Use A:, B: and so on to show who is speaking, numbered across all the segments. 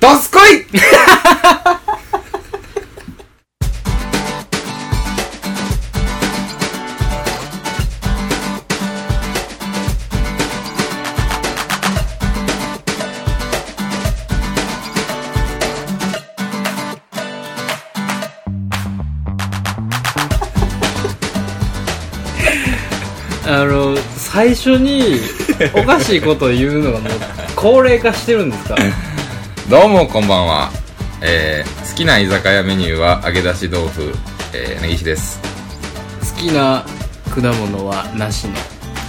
A: すこい
B: あの最初に おかしいことを言うのがもう高齢化してるんですから
A: どうもこんばんは、えー、好きな居酒屋メニューは揚げ出し豆腐、えー、根岸です
B: 好きな果物は梨の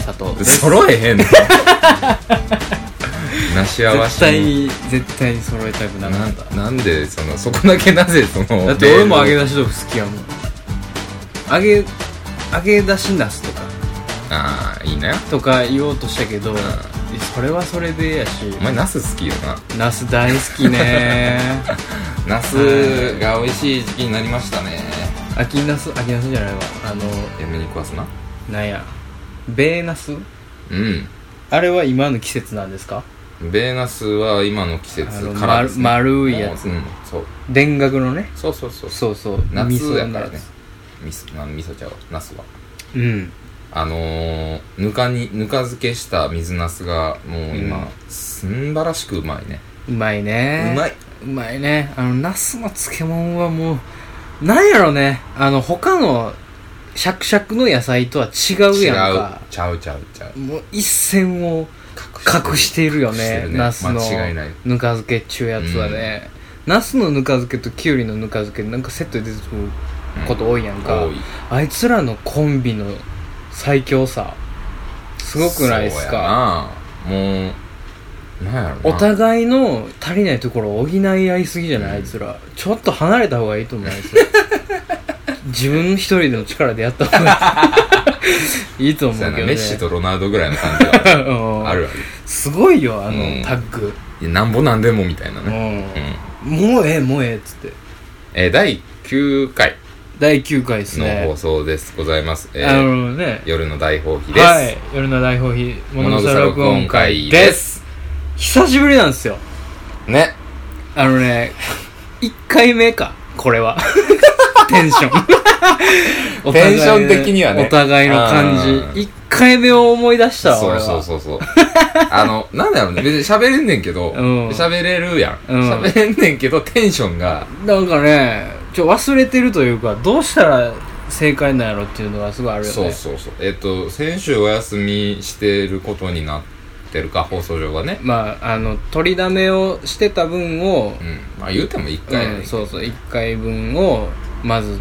B: 砂糖です
A: 揃え へんのなし合わ
B: 絶
A: し
B: 対に絶対に揃えたくな
A: な
B: かった
A: なんでそのそこだけなぜその
B: だって俺も揚げ
A: な
B: 出し豆腐好きやもん揚げ揚げ出しナスとか
A: ああいいな
B: とか言おうとしたけど、
A: ん
B: それはそれでやし
A: お前ナス好きよな
B: ナス大好きね
A: ナスが美味しい時期になりましたね
B: 秋ナス秋ナスじゃないわあの
A: やめに食わすな
B: なんやベーナス
A: う
B: あれは今の季節なんですか
A: んベーナスは今の季
B: あ
A: 節
B: の
A: からです、ね、
B: 丸丸いやつ
A: もううん、そう
B: 田楽のね
A: そうそうそう
B: そうそう味
A: 夏
B: 噌
A: やから
B: の
A: ね
B: や
A: みそな味噌ちゃうナスは
B: つうん
A: あのー、ぬかにぬか漬けした水ナスがもう今、すんばらしくうまいね、
B: うまいね
A: うまいう
B: まいねあのナスの漬物はもうなんやろねあの他のシャクシャクの野菜とは違う
A: 違
B: や
A: うん
B: か
A: ちゃうちゃうちゃう
B: もう一線を隠してるよ
A: して
B: ね
A: るね
B: ナスの
A: 間違いない
B: ぬか漬けっちゅうやつはね、ナスのぬか漬けときゅうりのぬか漬けなんかセットで出てくること多いやんか、
A: 多い
B: あいつらのコンビの最強さすごくないですか
A: そうやなもうなんやろな
B: お互いの足りないところを補い合いすぎじゃない、
A: うん
B: あいつらちょっと離れた方がいいと思うあい つら自分一人の力でやった方が いいいいと思う
A: そうやな
B: けどね
A: メッシとロナウドぐらいの感じ が
B: うん
A: あるある
B: すごいよあの、
A: うん
B: タッグ、
A: いやなんぼなんでもみたいな
B: う
A: ね
B: ん
A: うん、
B: もうええもうええっつって
A: えー第9回
B: 第9回です
A: の放
B: ね
A: 送ですございます、えー
B: あのね
A: 夜の大放棄です、
B: はい夜の大放棄物
A: 物
B: 草
A: 草
B: 録
A: 録
B: 音
A: 音
B: 会
A: 会
B: で
A: ですす
B: 久しぶりなんですよ
A: ね
B: あのね、1回目か、こ れは。テンション。お互
A: テ
B: いの
A: ンション的にはね
B: お互いの感
A: うん
B: じ。1回目を思い出したわ、
A: そうそうそう そうあのなんだろうね別に喋れんねんけど
B: うん
A: 喋、れるやん
B: うん
A: 喋、れんねんけどテンションが
B: う。なんかね、ちょ、忘れてるというか、どうしたら正解なんやろっていうのがすごいあるよね。
A: そうそうそうえっ、と先週お休みしてることになってるか放送上がね
B: まあ、あの、取りだめをしてた分を
A: う、んまあ言うても1回やねん
B: うん
A: けど
B: そうそう、1回分を、まず、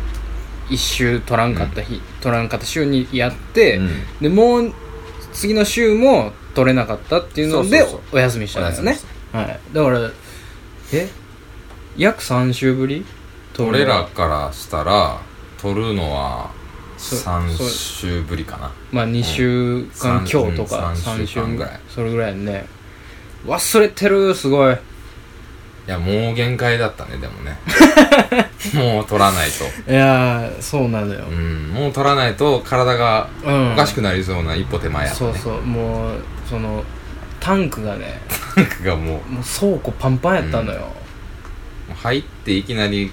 B: 1週取らんかった日、取らんかった週にやって、
A: うん
B: でもう次の週も取れなかったっていうので
A: そうそう
B: お休みしたんですね
A: お休
B: はいだからえ約3週ぶり取
A: 俺
B: るの
A: らからしたら撮るのは
B: そ
A: 3
B: そう
A: 週ぶりかな
B: まあ2週間
A: うん
B: 今日とか
A: 三
B: 3
A: 三
B: 週
A: 週間ぐらい
B: それぐらいやね忘れてるすごい
A: いやもう限界だったねで もねもう撮らないと
B: いやーそうなのよ
A: うんもう撮らないと体が
B: うん
A: おかしくなりそうな一歩手前やった
B: そう
A: ね
B: そうもうそのタンクがね
A: タンクがもう
B: もう倉庫パンパンやったのよ、
A: 入っていきなり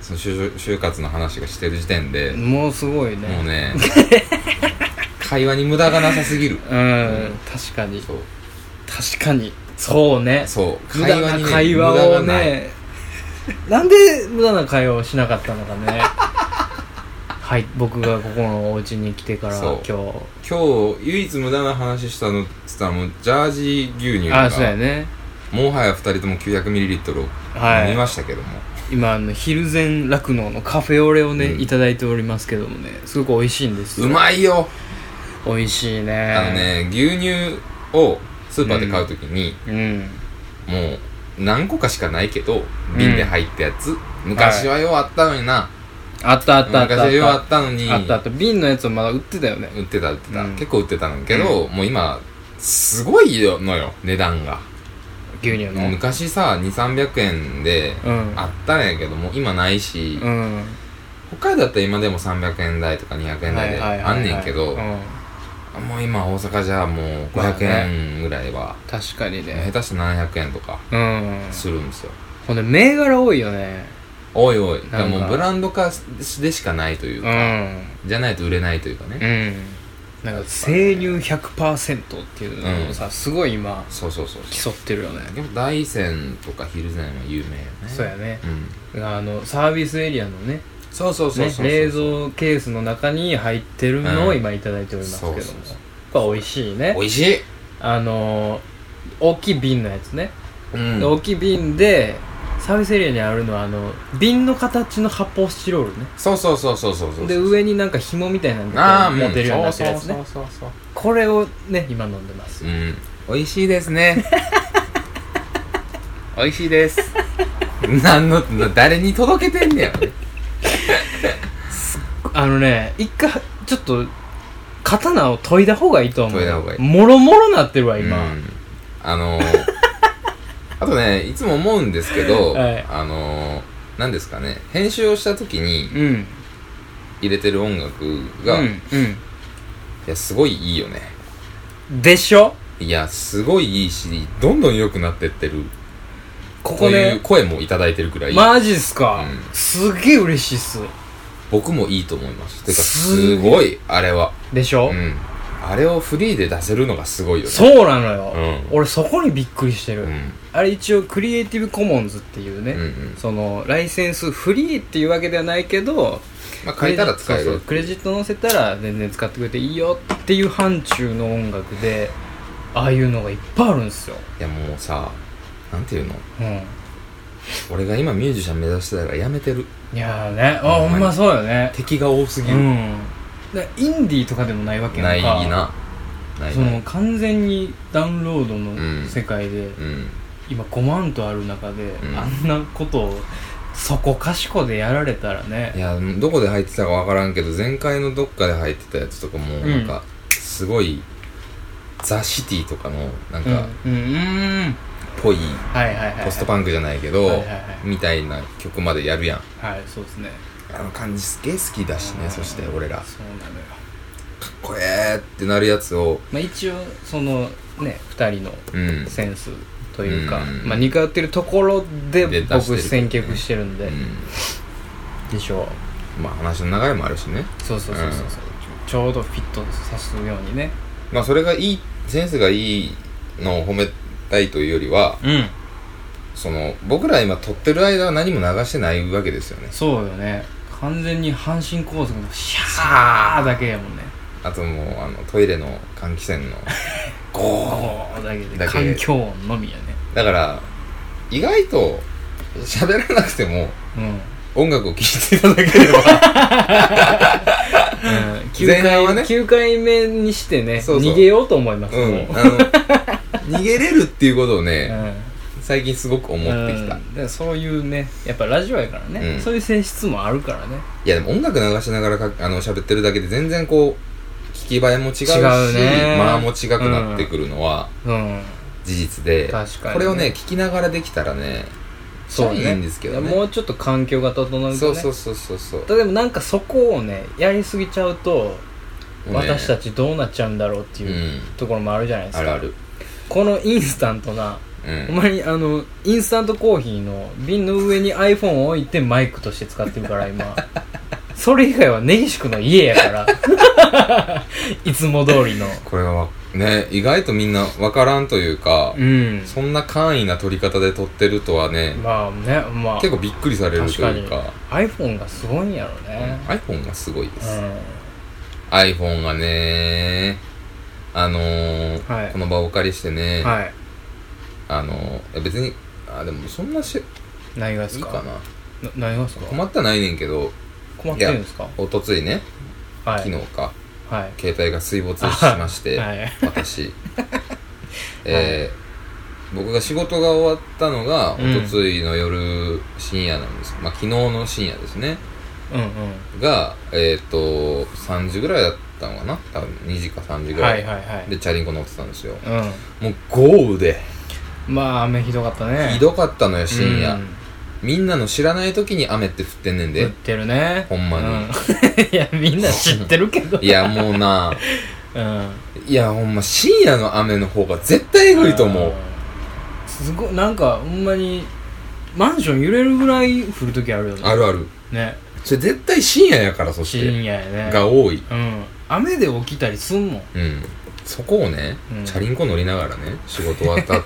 A: その就就活の話がしてる時点で、
B: もうすごいね
A: もう ね会話に無駄がなさすぎる
B: うん確かに
A: そう
B: 確かにそうね
A: そう
B: 無駄な会
A: 無
B: 話
A: 駄
B: を
A: がない
B: ねなんで無駄な会話をしなかったのかねはい僕がここのお家に来てから
A: そう
B: 今日
A: 今日唯一無駄な話したのっつったらもうジャージ牛乳
B: あ
A: が
B: そうやね
A: もはや2人とも 900ml を
B: はい
A: 飲みましたけども、
B: 今あの昼前酪農のカフェオレをね、
A: うん
B: いただいておりますけどもねすごく美味しいんです
A: う
B: よ
A: まいよ、
B: 美味しいね
A: あのね牛乳をスーパーで買う時に、
B: うん
A: もう何個かしかないけど瓶で入ったやつ、昔はようあったのにな、
B: あったあったあった
A: 昔はようあ
B: あ
A: ったのに
B: ったあったあった瓶のやつをまだ売ってたよね
A: 売ってた売ってた、
B: うん
A: 結構売ってたのけど、もう今すごいのよ値段が
B: 牛乳の
A: 昔さ2300円で
B: うん
A: あったんやけども今ないし、
B: うん
A: 北海道だったら今でも300円台とか200円台で
B: はいはいはいはい
A: あんねんけど
B: う、ん
A: もう今大阪じゃもう
B: まあ
A: 500円ぐらいは、
B: 確かにね
A: 下手したら700円とか
B: うん
A: するんですよ
B: ほんで銘柄多いよね
A: おいおいだから
B: なん
A: も
B: か
A: うブランド化しでしかないという
B: う
A: か、
B: ん
A: じゃないと売れないというかね、
B: うんなんか生乳100%っていうのをさ、すごい今
A: そうそうそうそ
B: 競ってるよね
A: うでも大山とかヒルゼンは有名よね
B: そうやね
A: うん
B: あのサービスエリアのね
A: そうそうそう
B: ね
A: そう
B: 冷蔵ケースの中に入ってるのを今いただいておりますけども
A: そうそうそう
B: これ美味しいね
A: 美味しい、
B: あのー大きい瓶のやつね、
A: うん、
B: 大きい瓶でサービスエリアにあるのはあの瓶の形の発泡スチロールね
A: そうそうそうそうそうそう
B: で上になんか紐みたいなの
A: あ
B: が
A: あ
B: こ
A: も
B: う
A: う
B: 持てるようになってるやつ
A: そ
B: ね
A: うそうそうそ
B: これをね今飲んでます
A: ううん美味しいです ね美味しいです何の誰に届けてんねやろね
B: あのね一回ちょっと刀を研いだ方がいいと思う
A: 研いだ方がいい
B: もろもろなってるわ今、
A: うんあのーあとねいつも思うんですけど、
B: はい
A: あのー何ですかね編集をした時に
B: うん
A: 入れてる音楽が、
B: う
A: い
B: ん
A: やすごいいいよね
B: うんでしょ
A: いやすごいいいしどんどん良くなってってる
B: こ
A: こ
B: こ
A: ういう
B: ね
A: 声もいただいてるくらい、
B: マジっすか、
A: うん
B: すげえ嬉しいっす
A: 僕もいいと思いますてか
B: す
A: すごいあれは
B: でしょ、
A: うんあれをフリーで出せるのがすごいよね
B: そうなのよ、
A: うん
B: 俺そこにびっくりしてる、
A: うんうん
B: あれ一応クリエイティブコモンズっていうね、
A: うん
B: そのライセンスフリーっていうわけではないけど
A: まあ書いたら使える
B: そうそうクレジット載せたら全然使ってくれていいよっていう範疇の音楽でああいうのがいっぱいあるんですよ、
A: いやもうさなんていうの
B: うん、
A: 俺が今ミュージシャン目指してたからやめてる
B: いやーねあ
A: ほ
B: ほ
A: んまに
B: んまそうよね
A: 敵が多すぎ
B: う
A: る、
B: んだからインディーとかでもないわけやんか
A: ないなないな
B: その完全にダウンロード
A: うん
B: の世界で、
A: うん
B: 今5万とある中で、
A: うん
B: あんなことをそこかしこでやられたら
A: い
B: ね
A: やどこで入ってたかわからんけど前回のどっかで入ってたやつとかも
B: ん
A: なんかすごい、ザ・シティとかのなん
B: うん
A: か
B: うんうん
A: ぽい
B: はいはいはいはい
A: ポストパンクじゃないけど、
B: はいはいはい
A: みたいな曲までやるやん
B: はいそうですね
A: あの感じすげえ好きだしねそして俺らかっ
B: そうなのよ
A: こえーってなるやつを
B: まあ一応そのね2人の
A: うん
B: センスというか、
A: うん
B: まあ似通ってるところで
A: で出して
B: 僕
A: る
B: 選曲してるんで、
A: うん
B: でしょう
A: まあ話の流れもあるしね
B: そうそうそうそうそうちょうどフィットさすようにね
A: まあそれがいいセンスがいいのを褒めたいというよりは
B: うん
A: その僕ら今撮ってる間は何も流してないわけですよね
B: そうよね完全に阪神高速のシャーだけやもんね
A: あともうあのトイレの換気扇の
B: ゴーだけで
A: だけ
B: 環境音のみやね
A: だから意外と喋らなくても
B: うん
A: 音楽を聴いていただければ
B: 9
A: 前半はね
B: 回九回目にしてね
A: そう そう
B: 逃げようと思います
A: う
B: もうん
A: あの逃げれるっていうことを
B: う
A: ね
B: ん
A: 最近すごく思ってきた
B: うんだからそういうねやっぱラジオやからね、
A: うん
B: そういう性質もあるからね
A: いやでも音楽流しながらかあの喋ってるだけで全然こう聞き映えも違うし
B: 違うね
A: 間も違くなってくるのは
B: うん
A: 事実で、
B: 確かにね
A: これをね聞きながらできたらね
B: そう
A: い
B: ね
A: いんですけどね
B: もうちょっと環境が整うとね
A: そうそうそうそうそう
B: でもなんかそこをねやりすぎちゃうと、
A: ね
B: 私たちどうなっちゃうんだろうって
A: う
B: いうんところもあるじゃないで
A: あ
B: すか、
A: るある
B: このインスタントな
A: う
B: ほ
A: ん
B: んまにあのインスタントコーヒーの瓶の上に iPhone を置いてマイクとして使ってるか ら今それ以外は根岸君の家やから いつも通りの
A: これはね意外とみんな分からんというか、
B: うん
A: そんな簡易な撮り方で撮ってるとはね、
B: まあねまあ
A: 結構びっくりされると
B: 確かに
A: いうか
B: iPhone がすごいんやろね、
A: うん iPhone がすごいで
B: う
A: す、
B: ん
A: iPhone がねあのー
B: はい
A: この場をお借りしてね、
B: はい
A: あのーいや別にあでもそんなし
B: 何がで
A: い
B: す
A: い
B: か
A: かな
B: な何がですか
A: 困ったないねんけど
B: 困ってるんですか
A: おとついね
B: はい
A: 昨日か、
B: はい
A: 携帯が水没しまして、
B: はい
A: 私えー僕が仕事が終わったのがお
B: うん
A: とついの夜深夜なんです、まあ昨日の深夜ですね
B: うん
A: がえっ、と3時ぐらいだったのかな多分2時か3時
B: うん
A: ぐら、
B: はいいはいはい
A: でチャリンコ乗ってたんですよ
B: う
A: もう豪雨で
B: んまあ雨ひどかったね
A: ひどかったのよ深夜、
B: うん
A: みんなの知らない時に雨って降ってんねん
B: 売
A: で
B: っ、てるね
A: ほんまに
B: う いやみんな知ってるけど
A: いやもうな
B: うん
A: いやほんま深夜の雨の方が絶対えぐいと思う
B: すごいなんかほんまにマンション揺れるぐらい降る時あるよね
A: あるある
B: ね
A: それ絶対深夜やからそし
B: 深
A: て
B: 夜やね
A: が多い
B: うん雨で起きたりすんもん
A: うんそこをね、
B: うん
A: チャリンコ乗りながらね仕事終わった 後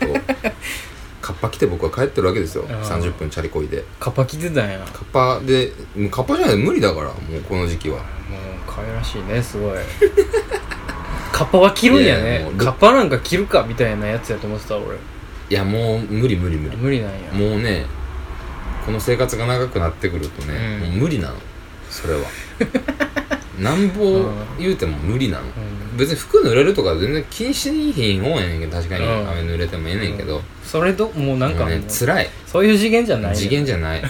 A: カッパ来て僕は帰ってるわけですよ
B: ん
A: 30分チャリこいで
B: カッパ着てたんやもう
A: カッパでもうカッパじゃない無理だからもうこの時期は
B: 可愛らしいねすごい カッパは着るんや
A: いや
B: ね
A: もう
B: カッパなんか着るかみたいなやつやと思ってた俺
A: いやもう無理無理無理
B: 無理なんや
A: もうねこの生活が長くなってくるとね、
B: うん
A: もう無理なのそ れはなんぼ言うても無理なの、
B: うん
A: 別に服濡れるとか全然気にしにひん方やねんけど確かに
B: うん
A: 雨濡れてもええねんけど、
B: それともうなん
A: も
B: か
A: う
B: も
A: ね
B: う
A: 辛い
B: そういう次元じゃないよ
A: 次元じゃ ない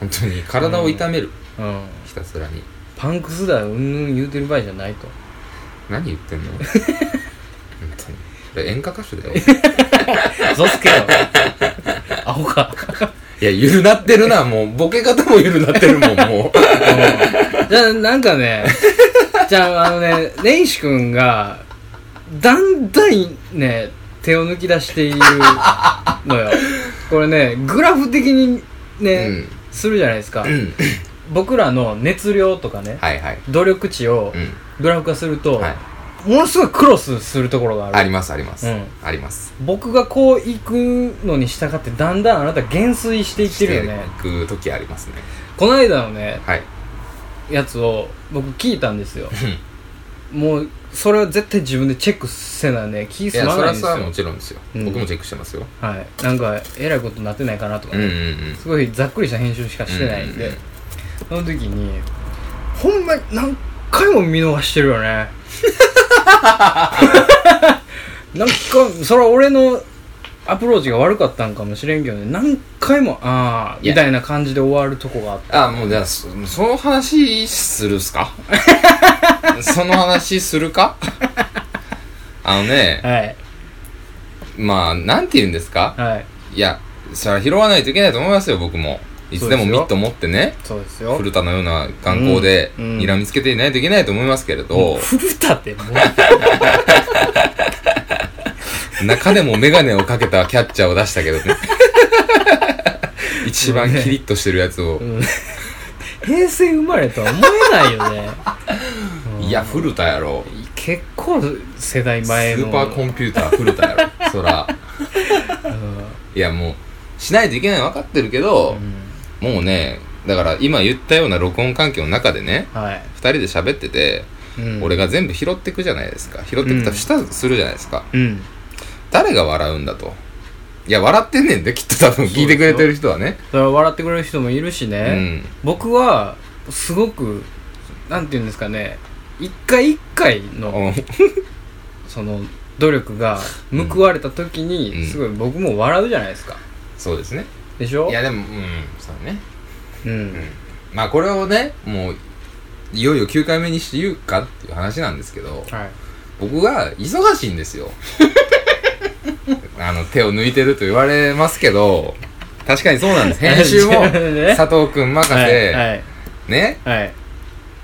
A: 本当に体を痛める、
B: うん
A: ひたすらに
B: パンクスだうんぬん言うてる場合じゃないと
A: 何言ってん の本当にこれ演歌歌手だよ
B: 嘘つけよ アホか
A: いやゆるなってるなもうボケ方もゆるなってるもんもう
B: じゃあなん かねじゃああのね根岸君がだんだんね手を抜き出しているのよこれねグラフ的に ね、
A: うん
B: するじゃないですか、
A: うん
B: 僕らの熱量とかね、
A: はいはい
B: 努力値を
A: うん
B: グラフ化すると、
A: はい
B: ものすごいクロスするところがある
A: ありますあります、
B: うん
A: あります
B: 僕がこう行くのに従ってだんだんあなた減衰していってるよね
A: 行く時ありますね
B: この間のね
A: はい
B: やつを僕聞いたんですよもうそれは絶対自分でチェックせなね気
A: い
B: 済
A: や
B: ま
A: それ
B: な
A: は
B: いんです
A: さも
B: よ
A: ちろんですよ、
B: うん
A: 僕もチェックしてますよ
B: はいなんかえらいことなってないかなとか、
A: うんうん
B: ね
A: うん
B: すごいざっくりした編集しかしてないんで、
A: うんうん
B: その時にほんまに何回も見逃してるよねなんかそれは俺のアプローチが悪かったんかもしれんけどね何回もああ
A: いや
B: みたいな感じで終わるとこがあって
A: あもうじゃあそその話するっす かその話するかあのね
B: はい
A: まあなんて言うんですか
B: はい
A: いやそれは拾わないといけないと思いますよ僕もいつでも
B: そうです
A: ミ
B: よ
A: ット持ってね
B: そうですよ
A: 古田のような眼光で
B: うんうん
A: 睨みつけていないといけないと思いますけれど、
B: 古田ってもう
A: 中でもメガネをかけたキャッチャーを出したけ どね一番キリッとしてるやつを、
B: うん平成生まれとは思えないよねうん
A: いや古田やろ
B: 結構世代
A: ス
B: 前の
A: ーパーコンピューター古田や ろそら
B: うん
A: いやもうしないといけないの分かってるけど、もうねだから今言ったような録音環境の中でね
B: はい、
A: 2人で喋ってて、
B: うん
A: 俺が全部拾ってくじゃないですか拾ってくとしたするじゃないですか、
B: うん
A: 誰が笑うんだといや笑ってんねんできっと多分聞いてくれてる人はね
B: それは笑ってくれる人もいるし
A: う
B: ね、
A: ん
B: 僕はすごくなんて言うんですかね一回一回の
A: うん
B: その努力が報われた時に、
A: うん
B: すごい僕も笑うじゃないですか
A: そうですね
B: でしょ
A: いやでもうんそうね
B: うん、
A: まあこれをねもういよいよ9回目にして言うかっていう話なんですけど
B: はい
A: 僕が忙しいんですよ あの手を抜いてると言われますけど確かにそう なんです編集も
B: 自分でね
A: 佐藤君任せ、
B: はいはい
A: ね
B: はい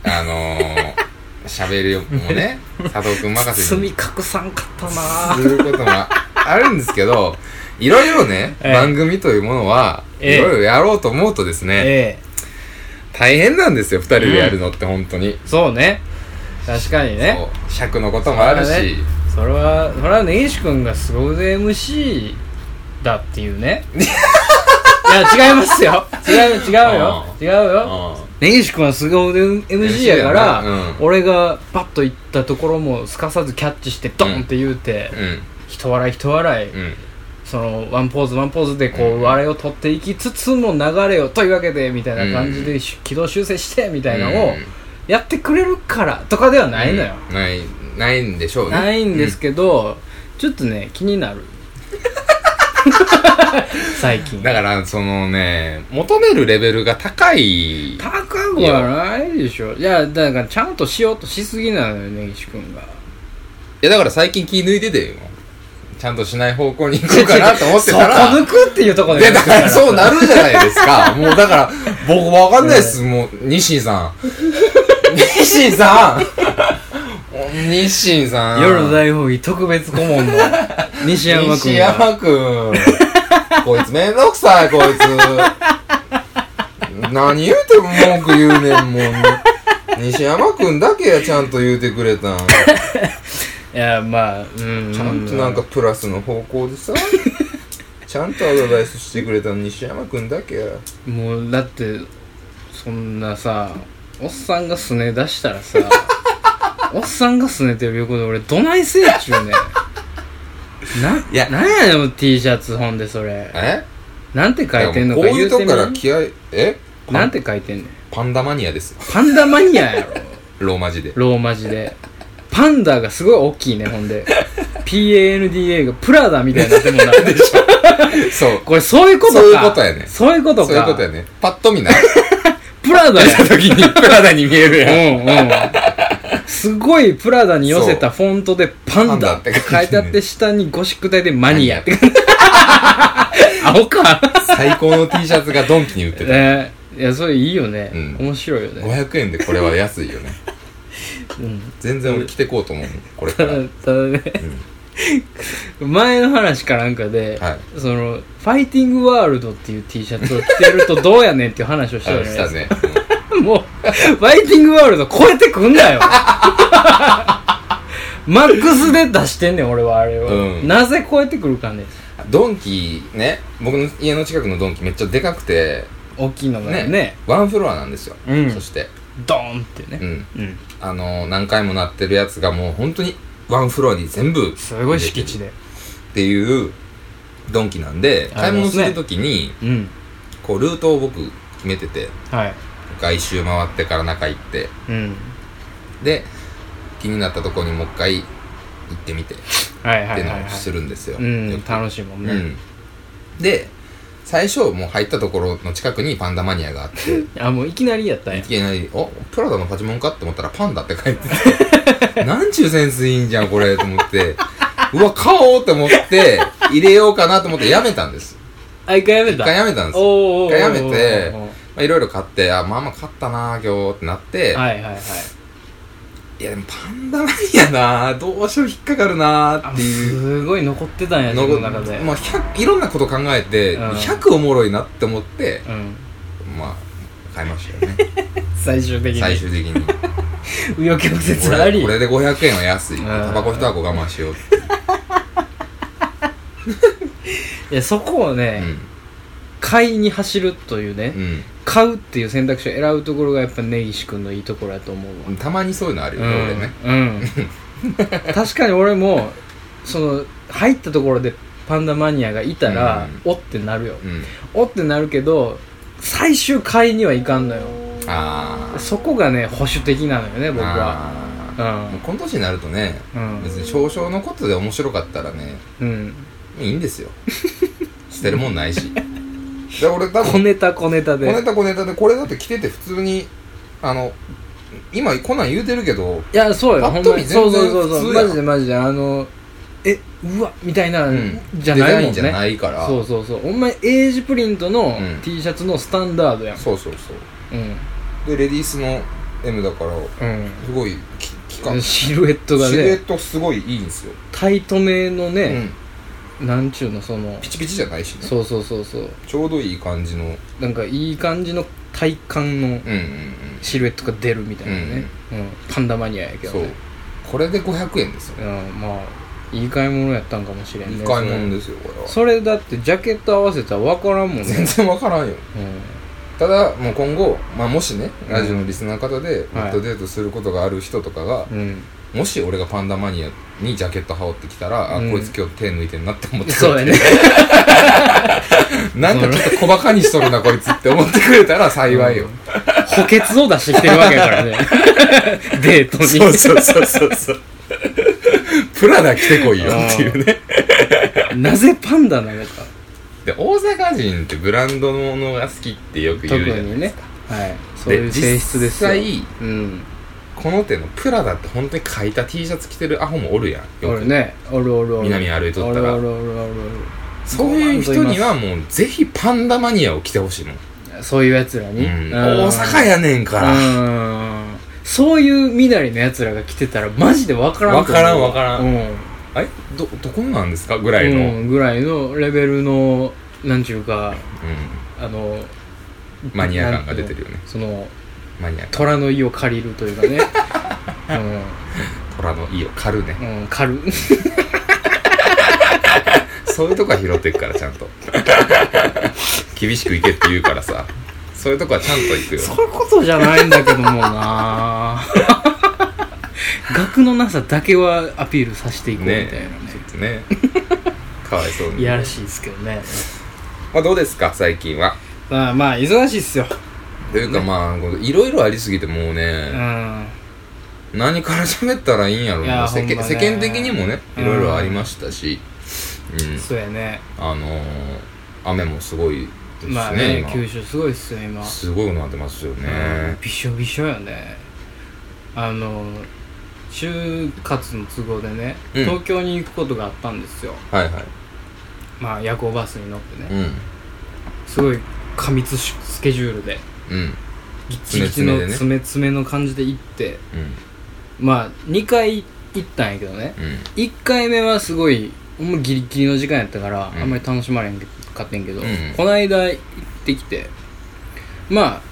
A: あのー、 喋りもね佐藤君任せ
B: 包
A: に
B: み隠さんかったな
A: することもあるんですけどいろいろね、
B: ええ
A: 番組というものは
B: ええ
A: いろいろやろうと思うとですね、
B: ええ
A: 大変なんですよ2人でやるのって本当に、
B: そうね確かにね
A: そう尺のこともあるし、
B: そうだねそれはそれは根岸君が凄腕 MC だってい うねいや違いますよ違う違うよ違うよ
A: う
B: 根岸君は凄腕 MC やから、
A: MC やなうん
B: 俺がパッと行ったところもすかさずキャッチしてドンって言うて、
A: んうん
B: 人笑い人笑い、
A: うん
B: そのワンポーズワンポーズでこ
A: う
B: うん笑いを取っていきつつの流れをというわけでみたいな感じでし軌道修正してみたいなのを
A: うん
B: やってくれるからとかではないのよ、
A: うんないないんでしょうね
B: ないんですけど、ちょっとね気になる最近
A: だからそのね求めるレベルが高い
B: 高くはないでしょいやだからちゃんとしようとしすぎなのよ根岸君が
A: いやだから最近気抜いててよちゃんとしない方向に行こうかなと思ってたら
B: そこ抜くっていうところ
A: で、だからそううなるじゃないですか。もうだから、僕わかんないです。もう、西 さん。西さん西さん。
B: 夜の大放棄特別顧問の西山君
A: 西
B: が
A: 山くん。こいつめんどくさい、こいつ。何言うても文句言うねん、もう。西山くんだけや、ちゃんと言うてくれたん。ち
B: いやまあうん
A: ゃんとなんかプラスの方向でさ。ちゃんとアドバイスしてくれたの西山くんだけや。
B: もうだってそんなさおっさんがすね出したら さおっさんがすねてる横で俺どないせえっち ゅうねんない
A: や
B: なんやねん T シャツほんでそれ
A: え
B: なんて書いてんの
A: こ
B: か
A: うい
B: 言
A: う
B: うて
A: と
B: み
A: こから気合い、え
B: なんて書いてんねん
A: パンダマニアです。
B: パンダマニアやろ
A: ロ ーマ字で。
B: ローマ字でパンダがすごい大きいねほんで PANDA がプラダみたいになってもんな
A: そう。
B: これそういうことか
A: そういうことやね
B: そういうことか
A: そういうことやね。パッと見な。
B: プラダや
A: 時にプラダに見えるん。
B: うんうん。すごいプラダに寄せたフォントでパンダって書いてあって下にゴシック体でマニアって 青か
A: 最高の T シャツがドンキに売ってた。
B: ねいやそれいいよね、
A: うん
B: 面白いよね
A: 500円でこれは安いよね。
B: うん
A: 全然俺着てこうと思う。これか
B: た
A: ら。
B: だ
A: はい。
B: ただね、前の話かなんかで、そのファイティングワールドっていう T シャツを着てるとどうやねんっていう話をしたよ
A: あ
B: ね
A: したね。
B: もう、ファイティングワールド超えてくんな よ。マックスで出してんねん、俺はあれを。
A: うん
B: なぜ超えてくるかね。
A: ドンキね、僕の家の近くのドンキめっちゃでかくて、
B: 大きいのがね、
A: ね、ワンフロアなんですよ。
B: うん
A: そして、
B: ドーンって
A: う
B: ね。
A: ん。
B: うん。
A: あの、何回もなってるやつがもう本当にワンフロアに全部。
B: すごい敷地
A: で。
B: で。
A: っていうドンキなんで、買い物するときに、
B: うん。
A: こう、ルートを僕決めてて、
B: はい。
A: 外周回ってから中行って、
B: うん。
A: で気になったところにもう一回行ってみてっ
B: はいは
A: てい
B: いうはい、
A: のを
B: は
A: す
B: い。
A: るんですよ、
B: う
A: よ
B: ん、
A: く
B: 楽しいもん
A: う
B: ね。
A: んで最初もう入ったところの近くにパンダマニアがあって
B: あ、もういきなりやったん
A: い
B: や。
A: きな り「おプラダのパチモンか?」って思ったら「パンダ」って書いて てなんちゅうセンスいいんじゃんこれと思ってうわ買おうって思って入れようかなと思ってやめたんです
B: あ、一回やめ
A: 一回
B: た。
A: やめたんですよ
B: おーおーおーおー。
A: 一回やめて
B: おーおー
A: まあいろいろ買ってあまあまあ買ったな今日ってなって、
B: はいはいはい。
A: いやでもパンダマニアなどうしても引っかかるな
B: あ
A: っていう
B: すごい残ってたんや、自
A: の
B: 分の中で。
A: まあ、100いろんなこと考えて、
B: うん
A: 100おもろいなって思って、
B: うん。
A: まあ買いましたよね
B: 最終的に。
A: 最終 的に
B: 紆余曲
A: こ
B: 折あ
A: れ
B: り
A: こ。れで500円は安い
B: うん
A: タバコ一箱我慢しようって、
B: いやそこをね、買いに走るというね、
A: うん、
B: 買うっていう選択肢を選ぶところがやっぱ根岸君のいいところだと思うわ
A: うん、たまにそういうのあるよ
B: う
A: ね、
B: ん、
A: 俺ね
B: うん確かに俺もその入ったところでパンダマニアがいたら、おってなるよ
A: うん
B: おってなるけど最終買いにはいかんのよ
A: ああ
B: そこがね保守的なのよね僕は
A: あ
B: う
A: ーもうんこの年になるとね
B: うん
A: 別に少々のことで面白かったらね
B: うん
A: いいん ですよ捨てるもんないしで俺多分
B: 小ネタ小ネタ
A: 小ネ
B: で
A: タ小ネタでこれだって着てて普通にあの今こんなん言うてるけど
B: いやそうよ
A: パ
B: ほ
A: ッ
B: ん
A: と
B: ま
A: 見
B: にそうそうそう
A: 全然
B: そう
A: 普通やん
B: マジでマジであのえうわみたいな、
A: うん
B: じゃない
A: デザイ
B: も
A: ン
B: ん
A: じゃ
B: ね
A: ないから
B: そうそうそうお前エイジプリントの
A: うん
B: T シャツのスタンダードやん
A: そうそうそう
B: うん
A: でレディースの M だからすごいき期
B: う
A: 間
B: ん
A: シ
B: シルエット
A: ル
B: が
A: エ
B: ね
A: ットすごいいいんですよ、
B: タイトめの
A: う
B: ね、
A: ん、
B: なんちゅうのその
A: ピチピチじゃないしね
B: そうそうそうそう
A: ちょうどいい感じのうん
B: なんかいい感じの体感の
A: うんうん
B: シルエットが出るみたいなね、うんパンダマニアやけど
A: そう
B: ね
A: これで500円ですよ
B: う、ん、まあいい買い物やったんかもしれん
A: い
B: ね
A: い買い物
B: で
A: ですよこれは
B: それだってジャケット合わせたら分からんもん
A: 全
B: ね、
A: 然わからんよ
B: うん、
A: ただもう今後、まあ、もしねラジオのリスナー方で
B: ん
A: ネットデートすることがある人とかが、
B: うん、
A: もし俺がパンダマニアにジャケット羽織ってきたら、
B: うん
A: あこいつ今日手抜いてんなって思って
B: そうやね
A: なんかちょっと小馬鹿にしとるなこいつって思ってくれたら幸いよ、
B: 補欠を出してきてるわけやか らねデートに
A: そうそうそう そうプラダ着てこいよっていうね
B: なぜパンダなのか
A: で大阪人ってブランドのものが好きってよく
B: 特
A: 言うじゃない
B: にねはいそういう性質ですよ
A: 実際
B: うん
A: この手のプラダって本当に書いた T シャツ着てるアホもおるやんよ
B: 俺
A: く
B: ねおるおるおる
A: 南歩いと
B: お
A: った
B: る
A: ら
B: おるおるおる
A: そういう人にはもうぜひパンダマニアを着てほしいもん、
B: おるそういうやつら
A: う
B: に、
A: ん、大阪やねんから、
B: らうんそういうみなりのやつらが来てたらマジで分からん
A: わからんわからん
B: うん
A: あれどどこなんですかぐらいの、
B: うんぐらいのレベルのなんちゅうか
A: うん
B: あの
A: マニア感が出てるよね
B: なんその
A: マニアか
B: 虎の意を借りるとい うかね
A: 虎の意を狩るね
B: うん、うん、狩る
A: そういうとこは拾っていくからちゃん と厳しくいけって言うからさそういうとこはちゃんと行くよ
B: そういうことじゃないんだけども な額のなさだけはアピールさせていこうみたい
A: ね
B: なね
A: ちょっとねかわいそうに
B: いやらしいですけどね
A: まあどうですか最近は
B: まあまあ忙しいっすよ
A: というかまあいろいろありすぎてもう
B: う
A: ね、
B: ん
A: 何から喋ったらいいんやろ
B: いや
A: 世間
B: ほんまね
A: 世間的にもねいろいろありましたしうん、
B: そうやね
A: あのー、雨もすごいですね,、
B: まあね
A: 今
B: 九州すごいっすよ今
A: すごいことになってますよね、
B: びしょびしょよねあの就活の都合でね、
A: うん
B: 東京に行くことがあったんですよ
A: はいはい
B: まあ夜行バスに乗ってね、
A: うん
B: すごい過密しスケジュールで
A: うん
B: ギチギチの
A: 詰め詰めでね
B: 詰め詰めの感じで行って
A: うん
B: まあ2回行ったんやけどね
A: うん
B: 1回目はすごいほんまギリギリの時間やったから、
A: うん
B: あんまり楽しまれへんかってんけど、
A: うんうん
B: こないだ行ってきてまあ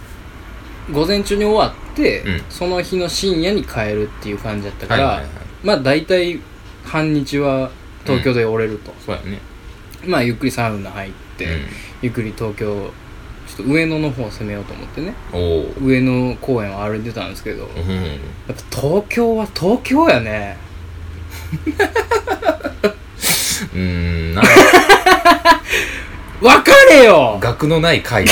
B: 午前中に終わって、
A: うん
B: その日の深夜に帰るっていう感じやったか
A: はい
B: ら、
A: はいはい
B: まあ大体半日は東京で折れると、
A: そうやね
B: まあゆっくりサウナ入って、ゆっくり東京ちょっと上野の方を攻めようと思ってね
A: うん、おお
B: 上野公園を歩いてたんですけど、
A: う
B: やっ
A: ん
B: ぱ東京は東京やね
A: うーん、なん
B: 分かれよ
A: か、学のない回。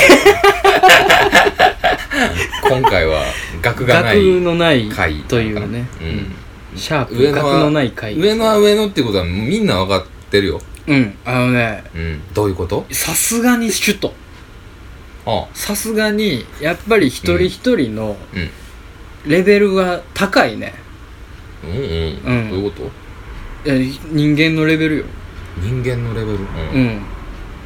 A: 今回は、学がない
B: 学のない
A: 回。
B: というね、
A: うん。
B: シャープ
A: 上
B: 学
A: 野は
B: のない回
A: 上野は上野ってことはみんな分かってるよ。
B: うんあのね
A: うん。どういうこと
B: さすがに首都
A: ああ。
B: さすがにやっぱり一人一人の
A: うん。
B: レベルが高いね、
A: うん
B: う
A: うんん。どういうこと
B: いや人間のレベルよ
A: 人間のレベル。
B: う。ん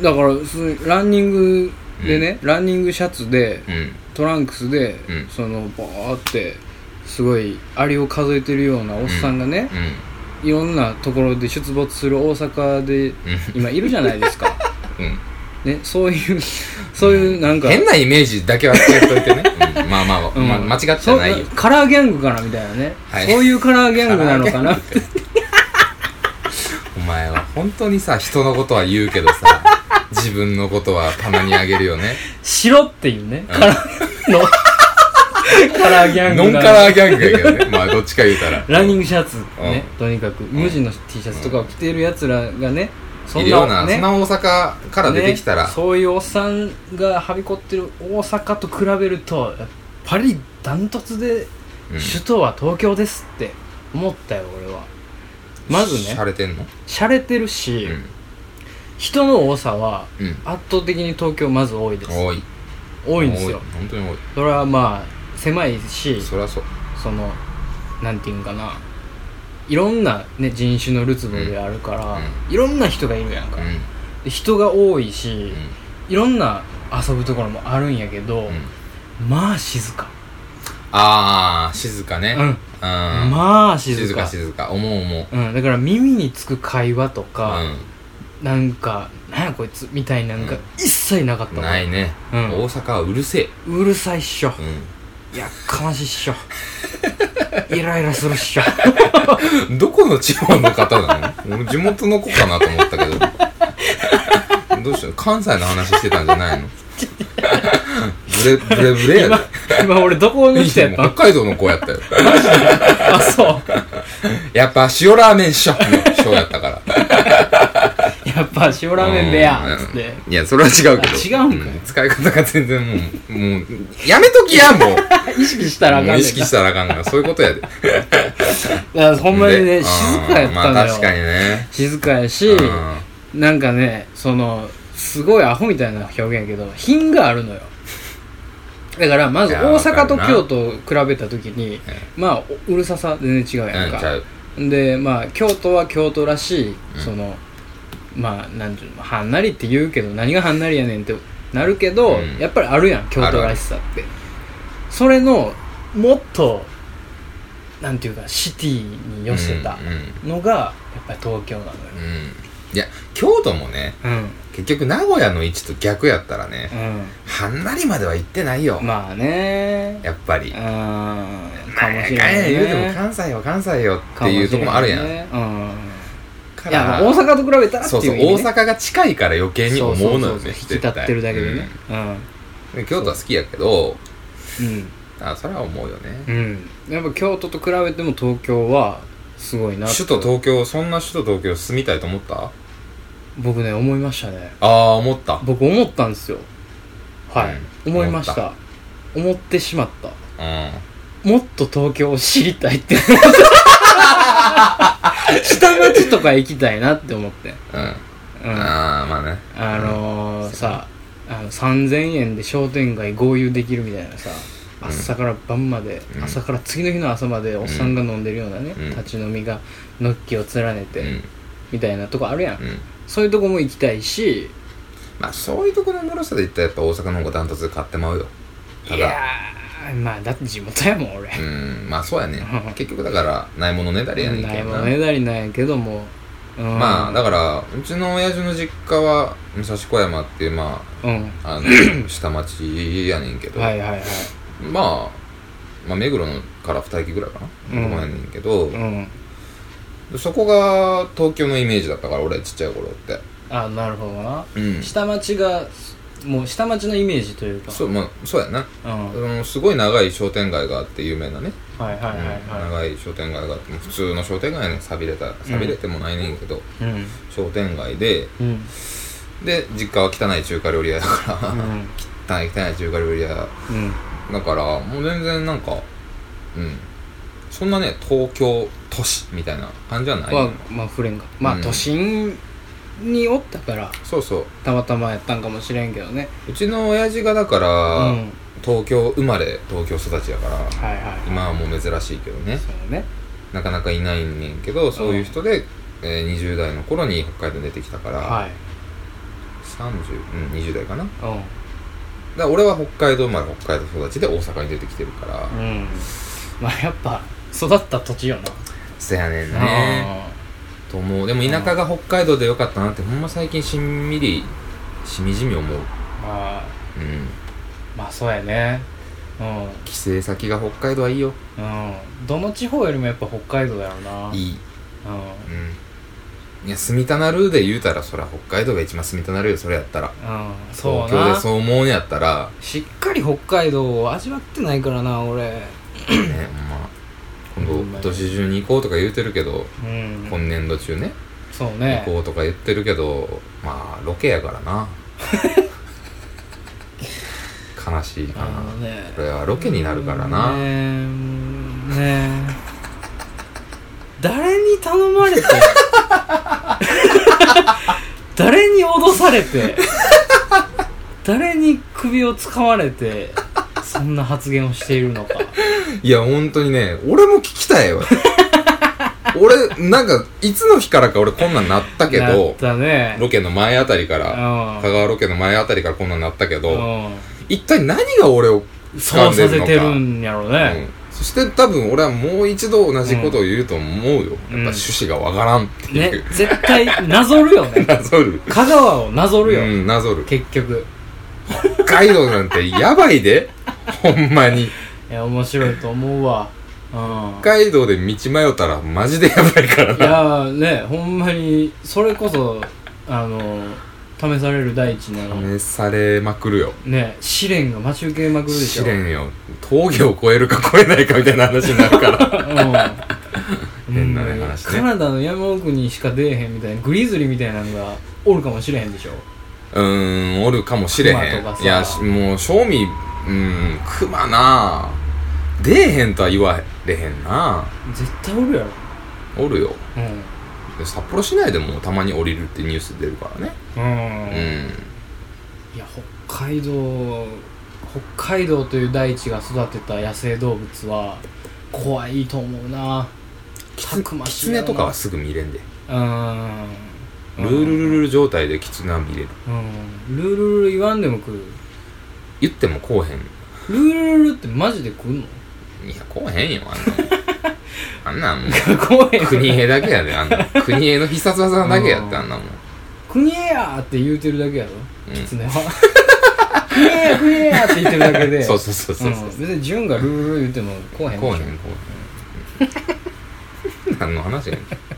B: だからそのランニングでね、ランニングシャツで
A: うん。
B: トランクスで、
A: うん
B: そのバーってすごいアリを数えてるようなおっさんがね、いろんなところで出没する大阪で
A: う
B: 今いるじゃないですか
A: ん。うん。
B: ねそういうそういうなんか、
A: 変なイメージだけはつけとい てね。うんまあまあ、
B: うん
A: ま間違っちゃないよ
B: そ。うカラーギャングかなみたいなね、
A: はい
B: そういうカラーギャングなのかな
A: お前は本当にさ、人のことは言うけどさ、自分のことはたまにあげるよね。
B: 白っていうねカラーのカラーギャング
A: ノン
B: な
A: カ
B: の
A: ラーギャングやけどね。まあ、どっちか言うたら。
B: ランニングシャツね、
A: う
B: とにかく無地の T シャツとかを着ているやつらがねそ
A: い
B: ん
A: るような、
B: ね
A: そんな大阪から出てきたら、
B: ねそういうおっさんがはびこってる大阪と比べるとやっぱりダントツで
A: うん
B: 首都は東京ですって思ったよ俺はまず
A: し
B: ね
A: ゃれてんの
B: 洒落てるし、
A: う
B: 人の多さは
A: ん。うん。
B: 圧倒的に東京まず多いです
A: 多い。
B: 多いんですよ
A: 本当に多
B: それはまあ狭いし
A: い。そりゃそう。
B: そのなんていうんかないろんな、ね、人種のるつぼであるから、
A: う
B: いろんな人がいるやんか、
A: うん。
B: で人が多いし、
A: うん
B: いろんな遊ぶところもあるんやけど、
A: うん。
B: まあ静か、
A: あー、静かね。
B: うん
A: うん。
B: まあ静
A: 静
B: か
A: か、静か。思う思う。
B: うん、だから耳につく会話と
A: う
B: か、なんかなんやこいつみたいなのが
A: うん
B: 一切なかった
A: ん。
B: の
A: ないね。
B: うん
A: 大阪はうるせえ。
B: うるさいっしょ
A: う
B: やっかましい っしょイライラするっしょ
A: ん。どこの地方の方なの 俺地元の子かなと思ったけど。どうした関西の話してたんじゃない のブレ、ブレブレやで
B: 今。今俺どこの人やっ
A: い
B: た
A: やもう
B: の
A: 北海道の子や ったよ。
B: あそう
A: やっぱ塩ラーメンショーのショーやったから。
B: やっぱ塩ラーメン部屋
A: うん
B: つって
A: いや、それは違うけど。
B: あ違うんかい
A: 使い方が全然もう、もう、やめときや、もう。
B: 意識したらあかん
A: も
B: ね
A: うん意識したらあかんから、そういうことやで。
B: いやほんまにね
A: で
B: 静かやっ
A: あ
B: た
A: ー
B: の
A: まあ
B: よ、
A: 確かにね。
B: 静かやしなんかねそのすごいアホみたいな表現やけど品があるのよだからまず
A: いや
B: 大阪と
A: わかるな
B: 京都を比べた時にまあおうるささ全然違う
A: うん。
B: や
A: うんん、ちゃ
B: か
A: う。
B: でまあ京都は京都らしい、
A: うん
B: そのまあなんていうのはんなりって言うけど何がはんなりやねんってなるけど、
A: うん
B: やっぱりあるやん京都らしさってそれのもっとなんていうかシティに寄せた
A: うん。うん
B: のがやっぱり東京なのよ、
A: うんいや京都もね
B: うん
A: 結局名古屋の位置と逆やったらね
B: う
A: はんなりまでは行ってないよ、
B: んまあね
A: やっぱり
B: うん
A: ま
B: かもしれ
A: あ
B: ない、ね、
A: 言うても関西は関西よっていうとこもあるやん、
B: かもしれないねう
A: か
B: んいやま
A: ら
B: あ大阪と比べたらって
A: そう
B: い
A: そうう
B: 意味ね、
A: 大阪が近いから余計に思うのよね
B: そそそ引き立ってるだけでねうん
A: うん京都は好きやけど
B: うん
A: あそれは思うよね、
B: うん、やっぱ京都と比べても東京はすごいなって
A: 首都東京そんな首都東京住みたいと思ったあ
B: 僕ね思いましたね
A: あー思った
B: 僕思ったんですよはい、
A: うん
B: 思いました思ってしまった
A: うん
B: もっと東京を知りたい って思った下町とか行きたいなって思って
A: うん
B: うんあ
A: ああまあね
B: のーさあの3000円で商店街豪遊できるみたいなさ朝から晩まで、
A: うん
B: 朝から次の日の朝までおっさんが飲んでるようなね、
A: うん
B: 立ち飲みがのっきを連ね
A: う
B: て、
A: ん
B: みたいなとこあるやん、
A: うん
B: そういうとこも行きたいし
A: まあそういうところのもろさで言ったらやっぱ大阪の方がダントツで買ってまうよた
B: いや
A: だ
B: ーまあだって地元やもん俺
A: うんまあそうやね
B: うん
A: 結局だからないものねだりやねん
B: な
A: け
B: い
A: ど
B: も
A: な
B: のねだりなんやけども、うん、
A: まあだからうちの親父の実家は武蔵小山っていうま
B: うん
A: ああ の下町やねんけど、
B: はいはいはい
A: まあ、まあ目黒のから2駅ぐらいかな、
B: うん
A: とこやねんけど、
B: うん
A: そこが東京のイメージだったから俺ちっちゃい頃って
B: あなるほどな、
A: うん
B: 下町がもう下町のイメージというか
A: そう,、まあ、そうやな、
B: うん、はい
A: うん、すごい長い商店街があって有名なね、
B: はいはい
A: うん
B: は
A: 長い商店街があってもう普通の商店街ねさびれたさびれてもないねんけど、
B: いうん
A: 商店街で
B: うん
A: で実家は汚い中華料理屋だから、
B: うん
A: 汚い汚い中華料理屋
B: うん
A: だからもう全然なんかうんそんなね東京都市みたいな感じはない、
B: はまあ触れんかまあ
A: うん
B: 都心におったから
A: そうそう
B: たまたまやったんかもしれんけどね
A: うちの親父がだから、
B: うん
A: 東京生まれ東京育ちやから
B: はいはい
A: 今はもう珍しいけどね
B: そうね
A: なかなかいないんねんけどそういう人で、えー20代の頃に北海道に出てきたから、
B: はい
A: 30、うん、20代かなだか
B: うん
A: ら俺は北海道生まれ北海道育ちで大阪に出てきてるから、
B: うんまあやっぱ育った土地よ
A: せやねん
B: な
A: ねと思うでも田舎が北海道でよかったなってほんま最近しんみりしみじみ思う
B: あーまあ
A: うん
B: まあそうやねうん
A: 帰省先が北海道はいいよ
B: うんどの地方よりもやっぱ北海道だよない
A: い
B: うん
A: うんいや住みたなるで言うたらそら北海道が一番住みたなるよそれやったら
B: うんそ
A: 東
B: う
A: 京で
B: な
A: そう思うんやった ら
B: しっかり北海道を味わってないからな俺
A: ねほんま今
B: ほ
A: 度
B: んま
A: 今
B: に
A: 年中に行こうとか言うてるけど
B: うん
A: 今年度中ね
B: そう
A: 行
B: ね
A: こうとか言ってるけどまあロケやから な悲しいか
B: あの
A: な
B: ね
A: これはロケになるから
B: ね
A: な
B: えうんねえ誰に頼まれて 誰に脅されて誰に首をつかまれてそんな発言をしているのか
A: いや本当にね俺も聞きたい わ俺なんかいつの日からか俺こんなんなったけ
B: なっ
A: ど
B: たね
A: ロケの前あたりから
B: うん
A: 香川ロケの前あたりからこんなんなったけ
B: う
A: ど、
B: ん
A: 一体何が俺を
B: そ
A: 掴
B: うん
A: で
B: さ
A: る
B: せ
A: のか
B: てるんやろうね、
A: うんそして多分俺はもう一度同じことを言うと思うよ、やっぱ
B: うん
A: 趣旨がわからんって
B: ね
A: いう、
B: 絶対なぞるよね
A: なぞる
B: 香川をなぞるよ、
A: うんなぞる
B: 結局
A: 北海道なんてやばいで ほんまに
B: いや面白いと思うわうん
A: 北海道で道迷ったらマジでやばいから
B: い
A: な
B: やーねほんまにそれこそあの試される大地なの
A: 試されまくるよ
B: ね試練が待ち受けまくるでしょ
A: 試練よ峠を越えるか越えないかみたいな話になるから
B: うん
A: 変なね話ね
B: カナダの山奥にしか出えへんみたいなグリズリーみたいなのがおるかもしれへんでしょ
A: うーんおるかもしれへ
B: 熊とか
A: ん
B: さ
A: いやしもう正味うんクマなあ出えへんとは言われへんな
B: 絶対おるやろ
A: おるよ
B: うん
A: 札幌市内でもたまに降りるってニュース出るからね
B: うん、
A: う
B: いや北海道北海道という大地が育てた野生動物は怖いと思うなんたくま
A: キ
B: し
A: ツ
B: いや
A: ネと
B: ろ
A: かはすぐ見れんで
B: うん
A: ルールルルル状態でキツネは見れる
B: うんルールルル言わんでも来る
A: 言ってもこうへん
B: ルールルルってマジで来んの
A: いやこうへんよあんなんあんなんもう
B: 怖い
A: 国枝だけやであんなん国枝の必殺技だけやってあんなもん
B: くにえやーって言うてるだけやろ、
A: うん
B: キ ツネはくにえやくにえやって言ってるだけで
A: そうそうそうそうそう
B: うん別に潤がルールー言ってもこうへん
A: こう
B: でしょ
A: ねんこうねん何の話やねん